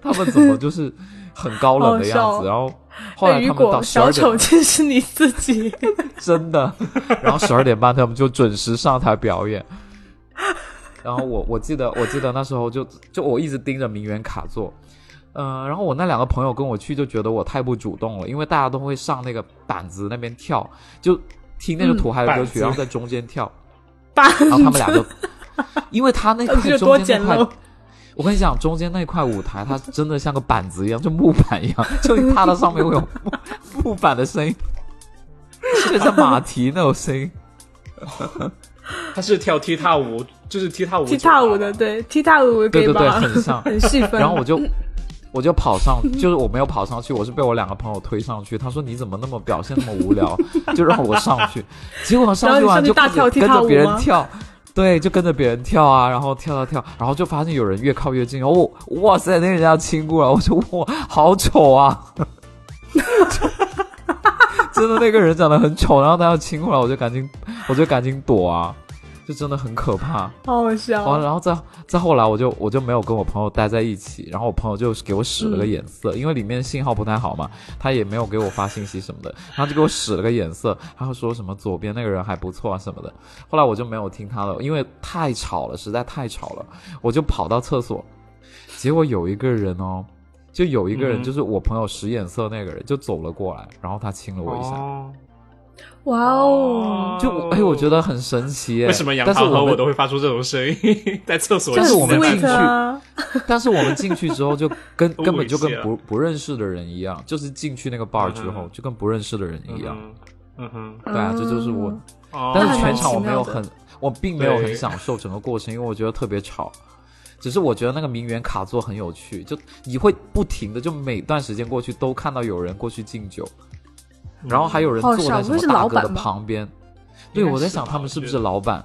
Speaker 2: 他们怎么就是很高冷的样
Speaker 3: 好笑
Speaker 2: 子，然后后来
Speaker 3: 那雨
Speaker 2: 他们到
Speaker 3: 果
Speaker 2: 十
Speaker 3: 小
Speaker 2: 二
Speaker 3: 丑
Speaker 2: 点
Speaker 3: 竟是你自 己，
Speaker 2: 真的，然后十二点半他们就准时上台表演。然后我我记得我记得那时候就就我一直盯着名媛卡座，嗯、然后我那两个朋友跟我去就觉得我太不主动了，因为大家都会上那个板子那边跳，就听那个
Speaker 3: 嗯
Speaker 2: 土嗨的歌
Speaker 1: 板
Speaker 2: 曲，
Speaker 1: 子
Speaker 2: 然后在中间跳，
Speaker 3: 爸，
Speaker 2: 然后他们俩就，因为他 那
Speaker 3: 有
Speaker 2: 块
Speaker 3: 多
Speaker 2: 中间
Speaker 3: 简
Speaker 2: 那块
Speaker 3: 陋。
Speaker 2: 我跟你讲，中间那块舞台，它真的像个板子一样，就木板一样，就你踏到上面会有木木板的声音，就像马蹄那种声音。
Speaker 1: 他是跳踢踏舞，就是踢踏舞。啊
Speaker 3: 踢踏舞的，。对，踢踏舞给
Speaker 2: 对对对，
Speaker 3: 吧，
Speaker 2: 很像。
Speaker 3: 很细分。嗯
Speaker 2: 然后我就我就跑 上，就是我没有跑上去，我是被我两个朋友推上去。他说你怎么那么表现那么无 聊，就让我上去。结果上去
Speaker 3: 然后
Speaker 2: 完
Speaker 3: 你上去
Speaker 2: 就
Speaker 3: 大跳
Speaker 2: 跟着
Speaker 3: 踢
Speaker 2: 跟
Speaker 3: 踏
Speaker 2: 着
Speaker 3: 舞
Speaker 2: 别人
Speaker 3: 吗
Speaker 2: 跳。对，就跟着别人跳啊，然后跳跳跳，然后就发现有人越靠越近，哦，哇塞，那人家亲过来，我说哇，好丑啊！ 真的那个人长得很丑，然后他要亲过来，我就赶紧，我就赶紧躲啊，就真的很可怕。
Speaker 3: 好好
Speaker 1: 哦
Speaker 2: 好，
Speaker 3: 笑，
Speaker 2: 然后再再后来，我就我就没有跟我朋友待在一起，然后我朋友就给我使
Speaker 1: 嗯
Speaker 2: 了个眼色，因为里面信号不太好嘛，他也没有给我发信息什么的，然后就给我使了个眼色，然后说什么左边那个人还不错啊什么的。后来我就没有听他的，因为太吵了，实在太吵了，我就跑到厕所，结果有一个人哦，就有一个
Speaker 1: 嗯
Speaker 2: 人，就是我朋友使眼色那个人，就走了过来，然后他亲了我一下，
Speaker 1: 哦
Speaker 3: 哇哦，
Speaker 2: 就我哎，我觉得很神奇耶。
Speaker 1: 为什么杨
Speaker 2: 但是
Speaker 1: 桃和
Speaker 2: 们
Speaker 1: 我都会发出这种声音？ 在厕所里，
Speaker 3: 就
Speaker 2: 但
Speaker 3: 很
Speaker 2: 是我们进
Speaker 3: sweet
Speaker 2: 去
Speaker 3: 啊，
Speaker 2: 但是我们进去之后就跟
Speaker 1: 都猥亵
Speaker 2: 根本就跟
Speaker 1: 了
Speaker 2: 不不认识的人一样，就是进去那个 bar 之后、
Speaker 1: 嗯哼
Speaker 2: 就跟不认识的人一样。
Speaker 1: 嗯哼，
Speaker 2: 对啊，
Speaker 3: 嗯
Speaker 2: 这就是我，
Speaker 1: 哦
Speaker 2: 啊但是
Speaker 3: 那还蛮
Speaker 2: 全场我
Speaker 3: 奇
Speaker 2: 没
Speaker 3: 妙
Speaker 2: 有
Speaker 3: 的
Speaker 2: 很，我并没有很
Speaker 1: 对
Speaker 2: 享受整个过程，因为我觉得特别吵。只是我觉得那个名媛卡座很有趣，就你会不停的就每段时间过去都看到有人过去敬酒，然后还有人
Speaker 3: 好
Speaker 2: 坐在什
Speaker 3: 少不会
Speaker 2: 么
Speaker 3: 是
Speaker 2: 大
Speaker 3: 老
Speaker 2: 哥的
Speaker 3: 板吧
Speaker 2: 旁边。
Speaker 1: 嗯应
Speaker 2: 对，
Speaker 1: 该
Speaker 2: 我在
Speaker 1: 是
Speaker 2: 想
Speaker 1: 吧
Speaker 2: 他
Speaker 1: 我
Speaker 2: 们是不
Speaker 1: 觉
Speaker 2: 是老板？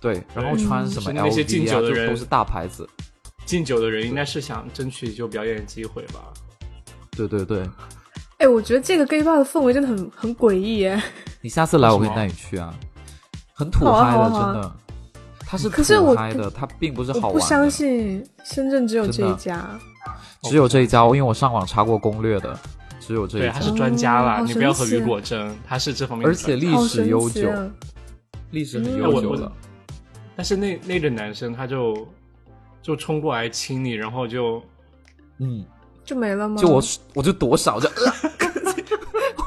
Speaker 2: 对，然后
Speaker 1: 对
Speaker 2: 穿
Speaker 3: 嗯
Speaker 2: 什么
Speaker 1: 是那些敬
Speaker 2: LV 啊，
Speaker 1: 酒的
Speaker 2: 就
Speaker 1: 人
Speaker 2: 都是大牌子。
Speaker 1: 敬酒的人应该是想争取就表演机会吧？
Speaker 2: 对对对，
Speaker 3: 哎，我觉得这个 gay bar 的氛围真的很很诡异耶。
Speaker 2: 你下次来，
Speaker 1: 为
Speaker 2: 我
Speaker 1: 什
Speaker 2: 可以
Speaker 1: 么
Speaker 2: 带你去啊，很土
Speaker 3: 好啊
Speaker 2: 嗨
Speaker 3: 好
Speaker 2: 的，
Speaker 3: 啊好啊
Speaker 2: 真的，它是
Speaker 3: 可是
Speaker 2: 土
Speaker 3: 我
Speaker 2: 嗨的，它并不是好
Speaker 3: 我
Speaker 2: 玩
Speaker 3: 不
Speaker 2: 的。
Speaker 3: 相信深圳只有
Speaker 2: 真
Speaker 3: 这
Speaker 2: 的
Speaker 3: 一家，
Speaker 2: 只有这一家，因为我上网查过攻略的，只有这
Speaker 1: 对，
Speaker 2: 一
Speaker 1: 他
Speaker 2: 家，
Speaker 1: 是专家啦，
Speaker 3: 哦
Speaker 1: 你不要
Speaker 3: 好
Speaker 1: 和
Speaker 3: 神奇
Speaker 1: 雨果争，他是这方面的
Speaker 2: 而
Speaker 1: 专家。
Speaker 2: 且历
Speaker 3: 好
Speaker 2: 史
Speaker 3: 神
Speaker 2: 悠
Speaker 3: 奇
Speaker 2: 久，
Speaker 3: 啊
Speaker 2: 历史很
Speaker 3: 嗯
Speaker 2: 悠
Speaker 1: 我
Speaker 2: 久
Speaker 1: 我
Speaker 2: 的。
Speaker 1: 但是那那个男生他就就冲过来亲你，然后就
Speaker 2: 嗯，
Speaker 3: 就没了吗？
Speaker 2: 就我我就多少就，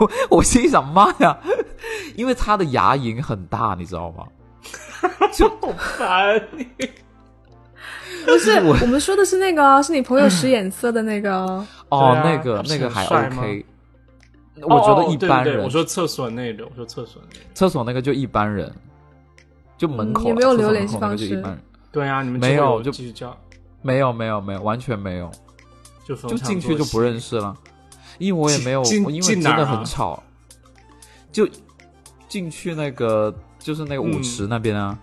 Speaker 2: 我 我心里想妈呀，因为他的牙龈很大，你知道吗？
Speaker 1: 烦你。
Speaker 3: 不是
Speaker 2: 我
Speaker 3: 我们说的是那个哦，是你朋 友使眼色的那个哦。
Speaker 2: 哦，
Speaker 1: 对啊
Speaker 2: 那个
Speaker 1: 他不是
Speaker 2: 那个
Speaker 1: 很
Speaker 2: 还
Speaker 1: 帅吗
Speaker 2: OK，我觉
Speaker 1: 哦
Speaker 2: 得
Speaker 1: 哦
Speaker 2: 一般
Speaker 1: 对对对
Speaker 2: 人
Speaker 1: 我，说厕所那个，我说厕所那个。
Speaker 2: 厕所那个就一般人，就门
Speaker 3: 嗯
Speaker 2: 口
Speaker 3: 也
Speaker 2: 啦
Speaker 3: 没有
Speaker 2: 厕所
Speaker 3: 留
Speaker 2: 门
Speaker 3: 联系
Speaker 2: 口那个
Speaker 3: 方
Speaker 2: 就一
Speaker 3: 式
Speaker 2: 般人。
Speaker 1: 对啊，你们
Speaker 2: 没有
Speaker 1: 之后
Speaker 2: 就
Speaker 1: 继续叫，
Speaker 2: 没有没有没有，完全没有，
Speaker 1: 就逢
Speaker 2: 就
Speaker 1: 场
Speaker 2: 进去就
Speaker 1: 作戏
Speaker 2: 不认识了，因为我也没有，
Speaker 1: 进
Speaker 2: 因为
Speaker 1: 进
Speaker 2: 真
Speaker 1: 哪儿啊
Speaker 2: 的很吵，就进去那个就是那个
Speaker 1: 嗯
Speaker 2: 舞池那边啊，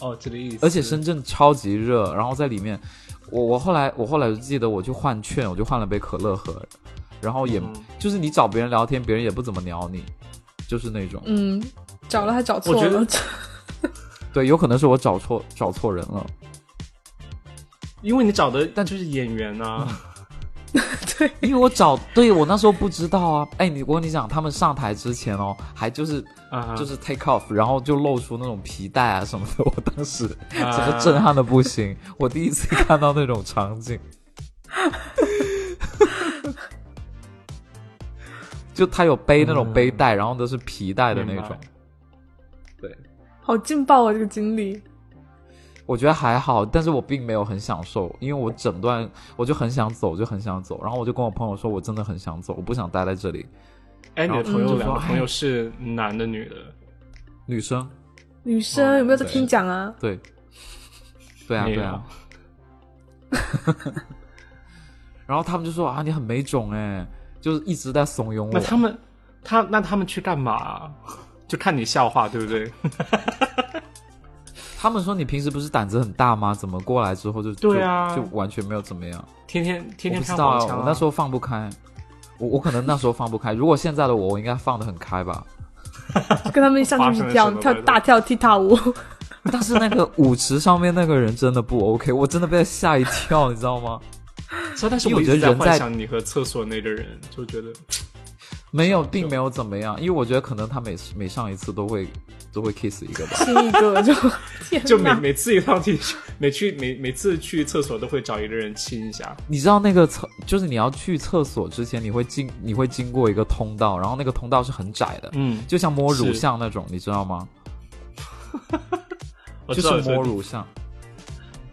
Speaker 1: 哦，这个意思。
Speaker 2: 而且深圳超级热，然后在里面，我我后来我后来就记得我去换券，我就换了杯可乐喝，然后也、
Speaker 1: 嗯
Speaker 2: 就是你找别人聊天，别人也不怎么鸟你，就是那种，
Speaker 3: 嗯，找了还找错
Speaker 1: 我觉
Speaker 3: 了
Speaker 1: 得，
Speaker 2: 对，有可能是我找错找错人了，
Speaker 1: 因为你找的但就是演员啊，
Speaker 2: 因为我找对我那时候不知道啊，哎，你我跟你讲，他们上台之前哦，还就是
Speaker 1: 啊，
Speaker 2: 嗯 就是 take off，然后就露出那种皮带啊什么的， 我当时整
Speaker 1: 啊
Speaker 2: 个震撼的不行，我第一次看到那种场景， 就他有背那种背带，然后都是皮带的那
Speaker 1: 嗯明
Speaker 2: 种
Speaker 1: 白，
Speaker 2: 对，
Speaker 3: 好劲爆啊！这个经历，
Speaker 2: 我觉得还好，但是我并没有很享受，因为我整段我就很想走，就很想走，然后我就跟我朋友说，我真的很想走，我不想待在这里，
Speaker 1: 哎，你的朋
Speaker 3: 然后
Speaker 1: 友
Speaker 3: 就
Speaker 1: 两
Speaker 2: 说
Speaker 1: 个
Speaker 2: 哎
Speaker 1: 朋友是男的女的？
Speaker 2: 女生，
Speaker 3: 女生有没有在听讲啊？
Speaker 2: 对，对啊，
Speaker 1: 没有
Speaker 2: 对啊。然后他们就说啊，你很没种哎，就是一直在怂恿我。
Speaker 1: 那他们他那他们去干嘛？就看你笑话，对不 对？
Speaker 2: 他们说你平时不是胆子很大吗？怎么过来之后就
Speaker 1: 对啊
Speaker 2: 就就完全没有怎么样？
Speaker 1: 天天天天
Speaker 2: 我不知
Speaker 1: 看
Speaker 2: 道
Speaker 1: 黄
Speaker 2: 啊，
Speaker 1: 腔、
Speaker 2: 我那时候放不开，我我可能那时候放不开。如果现在的我，我应该放得很开吧。
Speaker 3: 跟他们上去跳
Speaker 1: 发生了什么
Speaker 3: 跳大跳踢 踏舞，
Speaker 2: 但是那个舞池上面那个人真的不 OK，我真的被吓一跳，你知 道吗？
Speaker 1: 候，但是
Speaker 2: 因
Speaker 1: 我
Speaker 2: 为
Speaker 1: 一
Speaker 2: 我觉
Speaker 1: 直
Speaker 2: 得人在
Speaker 1: 幻想你和厕所那个人，就觉得
Speaker 2: 没有，并没有怎么样，因为我觉得可能他每每上一次都会都会 kiss 一个吧。
Speaker 3: 亲一个就天
Speaker 1: 就
Speaker 2: 啊
Speaker 1: 每
Speaker 3: 哪！
Speaker 1: 每次一趟去，每去每每次去厕所都会找一个人亲一下。
Speaker 2: 你知道那个厕，就是你要去厕所之前，你会经你会经过一个通道，然后那个通道是很窄的，
Speaker 1: 嗯，
Speaker 2: 就像摸乳
Speaker 1: 是
Speaker 2: 巷那种，你知道吗？
Speaker 1: 我
Speaker 2: 就
Speaker 1: 知道
Speaker 2: 是
Speaker 1: 你说
Speaker 2: 摸乳巷。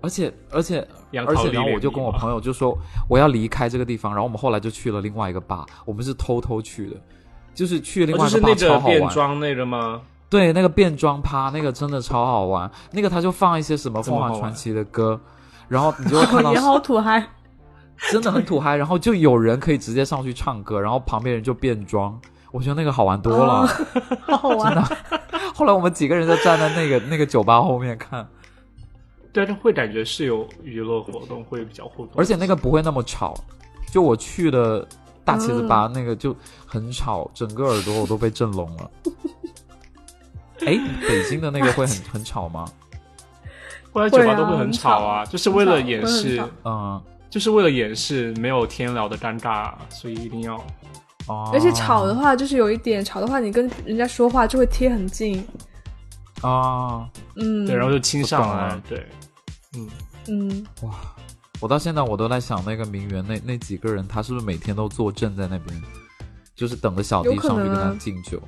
Speaker 2: 而且而且
Speaker 1: 杨
Speaker 2: 而
Speaker 1: 桃
Speaker 2: 且，
Speaker 1: 李
Speaker 2: 然后
Speaker 1: 脸
Speaker 2: 我就
Speaker 1: 迷
Speaker 2: 跟我
Speaker 1: 嘛
Speaker 2: 朋友就说我要离开这个地方，然后我们后来就去了另外一个吧，我们是偷偷去的，就是去另
Speaker 1: 哦
Speaker 2: 外
Speaker 1: 就是
Speaker 2: 一个吧
Speaker 1: 那
Speaker 2: 超
Speaker 1: 个
Speaker 2: 好
Speaker 1: 变
Speaker 2: 玩，
Speaker 1: 装那个吗？
Speaker 2: 对，那个变装趴那个真的超好玩，那个他就放一些什么
Speaker 1: 这
Speaker 2: 凤
Speaker 1: 么
Speaker 2: 凰
Speaker 1: 好
Speaker 2: 传
Speaker 1: 玩
Speaker 2: 奇的歌， 然后你就会看到
Speaker 3: 也好土 嗨，
Speaker 2: 真的很土嗨，然后就有人可以直接上去唱歌，然后旁边人就变装，我觉得那个好玩多了。
Speaker 3: 哦好好玩。
Speaker 1: 哦
Speaker 2: 后来我们几个人就站在那个那个酒吧后面看，
Speaker 1: 对，但会感觉是有娱乐活动，会比较互动。
Speaker 2: 而且那个不会那么吵。就我去的大茄子
Speaker 3: 嗯
Speaker 2: 吧，那个就很吵，整个耳朵我都被震聋了。哎，北京的那个会 很很吵吗？
Speaker 1: 后来酒吧
Speaker 3: 会啊
Speaker 1: 都会很吵啊，
Speaker 3: 很吵
Speaker 1: 就是为了
Speaker 3: 很吵
Speaker 1: 掩
Speaker 3: 会很
Speaker 1: 饰
Speaker 3: 吵，
Speaker 2: 嗯，
Speaker 1: 就是为了掩饰没有天聊的尴尬，所以一定要
Speaker 2: 哦，
Speaker 3: 而且吵的话，就是有一点吵的话，你跟人家说话就会贴很近，
Speaker 2: 啊，
Speaker 3: 嗯
Speaker 1: 对，，然后就亲上
Speaker 2: 我懂
Speaker 1: 来
Speaker 2: 了，
Speaker 1: 对，嗯，
Speaker 3: 嗯，
Speaker 2: 我到现在我都在想那个名媛那那几个人，他是不是每天都坐镇在那边，就是等着小弟
Speaker 3: 有可
Speaker 2: 上去
Speaker 3: 能
Speaker 2: 跟他
Speaker 3: 啊
Speaker 2: 敬酒。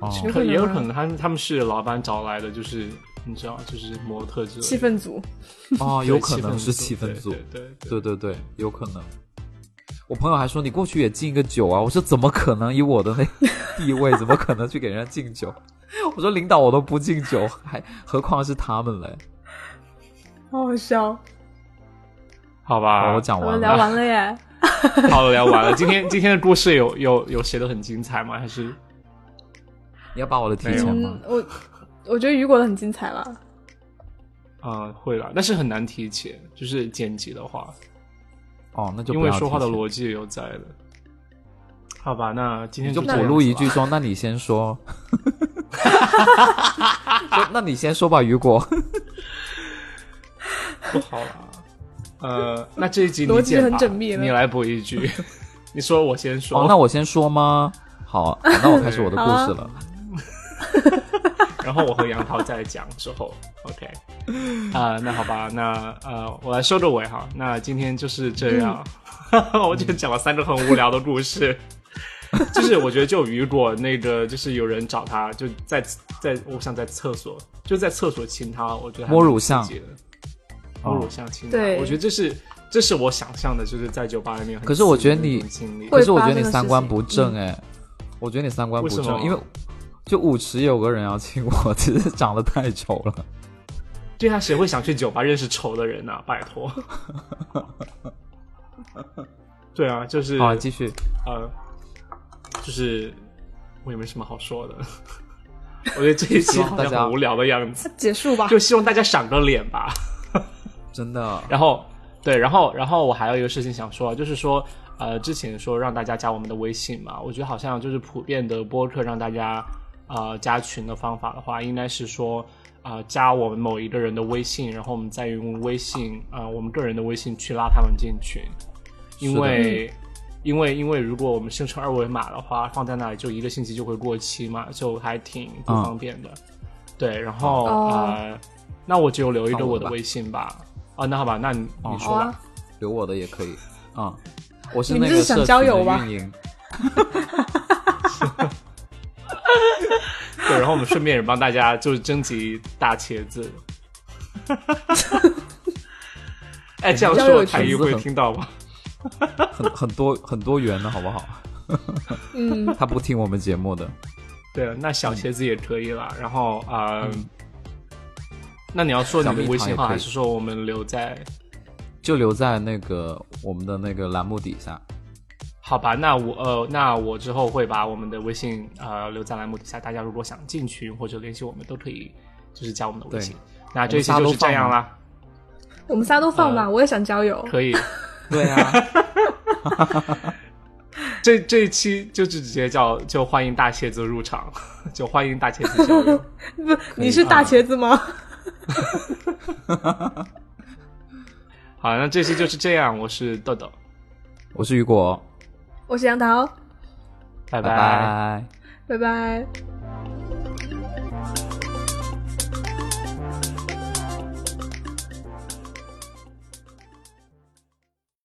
Speaker 2: 哦，
Speaker 3: 有可
Speaker 1: 可
Speaker 3: 能啊
Speaker 1: 也有可能他们他们是老板找来的，就是你知道，就是模特之类的
Speaker 3: 气氛组，
Speaker 2: 哦，
Speaker 1: 对
Speaker 2: 有可能
Speaker 1: 氛
Speaker 2: 是气氛
Speaker 1: 对
Speaker 2: 组
Speaker 1: 对。对对
Speaker 2: 对对对，有可能。我朋友还说你过去也敬一个酒啊，我说怎么可能？以我的那地位， 怎么可能去给人家敬酒？我说领导我都不敬酒，还何况是他们嘞？
Speaker 3: 好好笑。
Speaker 1: 好
Speaker 2: 好，
Speaker 1: 吧，
Speaker 2: 我讲
Speaker 3: 我们
Speaker 2: 完
Speaker 3: 聊
Speaker 2: 了。
Speaker 3: 完了耶，
Speaker 1: 好了，聊完了。今天今天的故事有有有写的很精彩吗？还是
Speaker 2: 你要把我的提前吗
Speaker 3: 嗯？，我我觉得雨果的很精彩了。
Speaker 1: 嗯、会了，但是很难提前，就是剪辑的话，
Speaker 2: 哦，那就
Speaker 1: 因
Speaker 2: 不
Speaker 1: 为
Speaker 2: 要
Speaker 1: 说话
Speaker 2: 提
Speaker 1: 的
Speaker 2: 前
Speaker 1: 逻辑也有在的。好吧，那今天
Speaker 2: 你就
Speaker 1: 这样
Speaker 2: 补录
Speaker 1: 子啊
Speaker 2: 一 句
Speaker 1: 吧，
Speaker 2: 说，那你 先说。说那你先说吧，雨果。
Speaker 1: 不好了。呃，那这一集
Speaker 3: 逻
Speaker 1: 你
Speaker 3: 辑
Speaker 1: 剪
Speaker 3: 很
Speaker 1: 吧
Speaker 3: 缜密了
Speaker 1: 你来补一句。 你说我先说，
Speaker 2: 哦，那我先说吗？好，好那我开始我的故事了。
Speaker 1: 然后我和杨涛再讲之后，OK，啊、那好吧，那呃，我来收个尾哈。那今天就是这样， 我就讲了三个很无聊的故事， 就是我觉得就雨果那个，就是有人找他，就在在，我想在厕所，就在厕所亲他，我觉得还蛮
Speaker 2: 摸乳像哦
Speaker 1: 刺激的，摸乳像亲他，
Speaker 3: 对
Speaker 1: 我觉得这是这是我想象的，就是在酒吧里面很
Speaker 2: 可是我觉得
Speaker 1: 刺激的
Speaker 2: 你
Speaker 1: 那种经历，
Speaker 3: 会
Speaker 2: 可是我觉
Speaker 3: 发
Speaker 2: 得
Speaker 3: 生
Speaker 2: 你
Speaker 3: 的
Speaker 2: 三
Speaker 3: 事
Speaker 2: 观
Speaker 3: 情嗯
Speaker 2: 不正哎、我觉得你三观不
Speaker 1: 为什
Speaker 2: 正，
Speaker 1: 么
Speaker 2: 因为就舞池有个人要亲我， 只是长得太丑了。
Speaker 1: 对啊，谁会想去酒吧认识丑的 人呢、啊拜托。对啊，就是
Speaker 2: 好，继续。
Speaker 1: 呃，就是我也没什么好说的。 我觉得这一期
Speaker 2: 希望
Speaker 1: 好
Speaker 2: 大
Speaker 1: 像
Speaker 2: 家
Speaker 1: 很无聊的样子，
Speaker 3: 结束吧，
Speaker 1: 就希望大家赏个脸吧。
Speaker 2: 真的，
Speaker 1: 然后，对，然后，然后我还有一个事情想说，就是说，呃，之前说让大家加我们的微信嘛，我觉得好像就是普遍的播客让大家呃加群的方法的话，应该是说。啊、加我们某一个人的微信，然后我们再用微信，啊，我们个人的微信去拉他们进群。因为
Speaker 2: 嗯
Speaker 1: 因为因为如果我们生成二维码的话，放在那里就一个星期就会过期嘛，就还挺不
Speaker 2: 嗯
Speaker 1: 方便的。对，然后、
Speaker 3: 哦
Speaker 1: 呃，那我就留一个
Speaker 2: 放我
Speaker 1: 我
Speaker 2: 的
Speaker 1: 的
Speaker 2: 吧
Speaker 1: 微信吧。啊，那好吧，那你
Speaker 2: 哦
Speaker 1: 你
Speaker 3: 好
Speaker 1: 说吧。
Speaker 3: 啊，
Speaker 2: 留我的也可以啊、我是
Speaker 3: 你
Speaker 2: 那
Speaker 3: 们
Speaker 2: 个
Speaker 3: 这是想
Speaker 2: 社
Speaker 3: 交
Speaker 2: 群
Speaker 3: 友
Speaker 2: 的
Speaker 3: 吧
Speaker 2: 运营。
Speaker 1: 对，然后我们顺便也帮大家就是征集大茄子。哎， 这样
Speaker 3: 交友
Speaker 1: 说台
Speaker 2: 群
Speaker 1: 一
Speaker 2: 是
Speaker 1: 会
Speaker 2: 很
Speaker 1: 听到吗？
Speaker 2: 很很多很多元的好不好？
Speaker 3: 嗯，
Speaker 2: 他不听我们节目的，
Speaker 1: 对，啊那
Speaker 2: 嗯
Speaker 1: 小茄子也可以啦。然后啊、呃那你要说你
Speaker 2: 小
Speaker 1: 的
Speaker 2: 蜜
Speaker 1: 微
Speaker 2: 糖
Speaker 1: 信
Speaker 2: 也
Speaker 1: 号，
Speaker 2: 可以
Speaker 1: 还是说我们留在
Speaker 2: 就留在那个我们的那个栏目底下。
Speaker 1: 好吧，那我呃，那我之后会把我们的微信呃留在栏目底下，大家如果想进群或者联系我们，都可以就是加我们的微信
Speaker 2: 对。
Speaker 1: 那这一期就是这样啦，
Speaker 3: 我们仨都放吧，
Speaker 1: 呃
Speaker 3: 我也想交友。
Speaker 1: 可以。
Speaker 2: 对啊，
Speaker 1: 这这一期就是直接叫就欢迎大茄子入场， 就欢迎大茄子交 流。
Speaker 3: 不，你是大茄子吗？
Speaker 1: 啊好，那这期就是这样，我是豆豆，
Speaker 2: 我是雨果，
Speaker 3: 我是杨桃，
Speaker 1: 拜
Speaker 2: 拜拜
Speaker 3: 拜拜。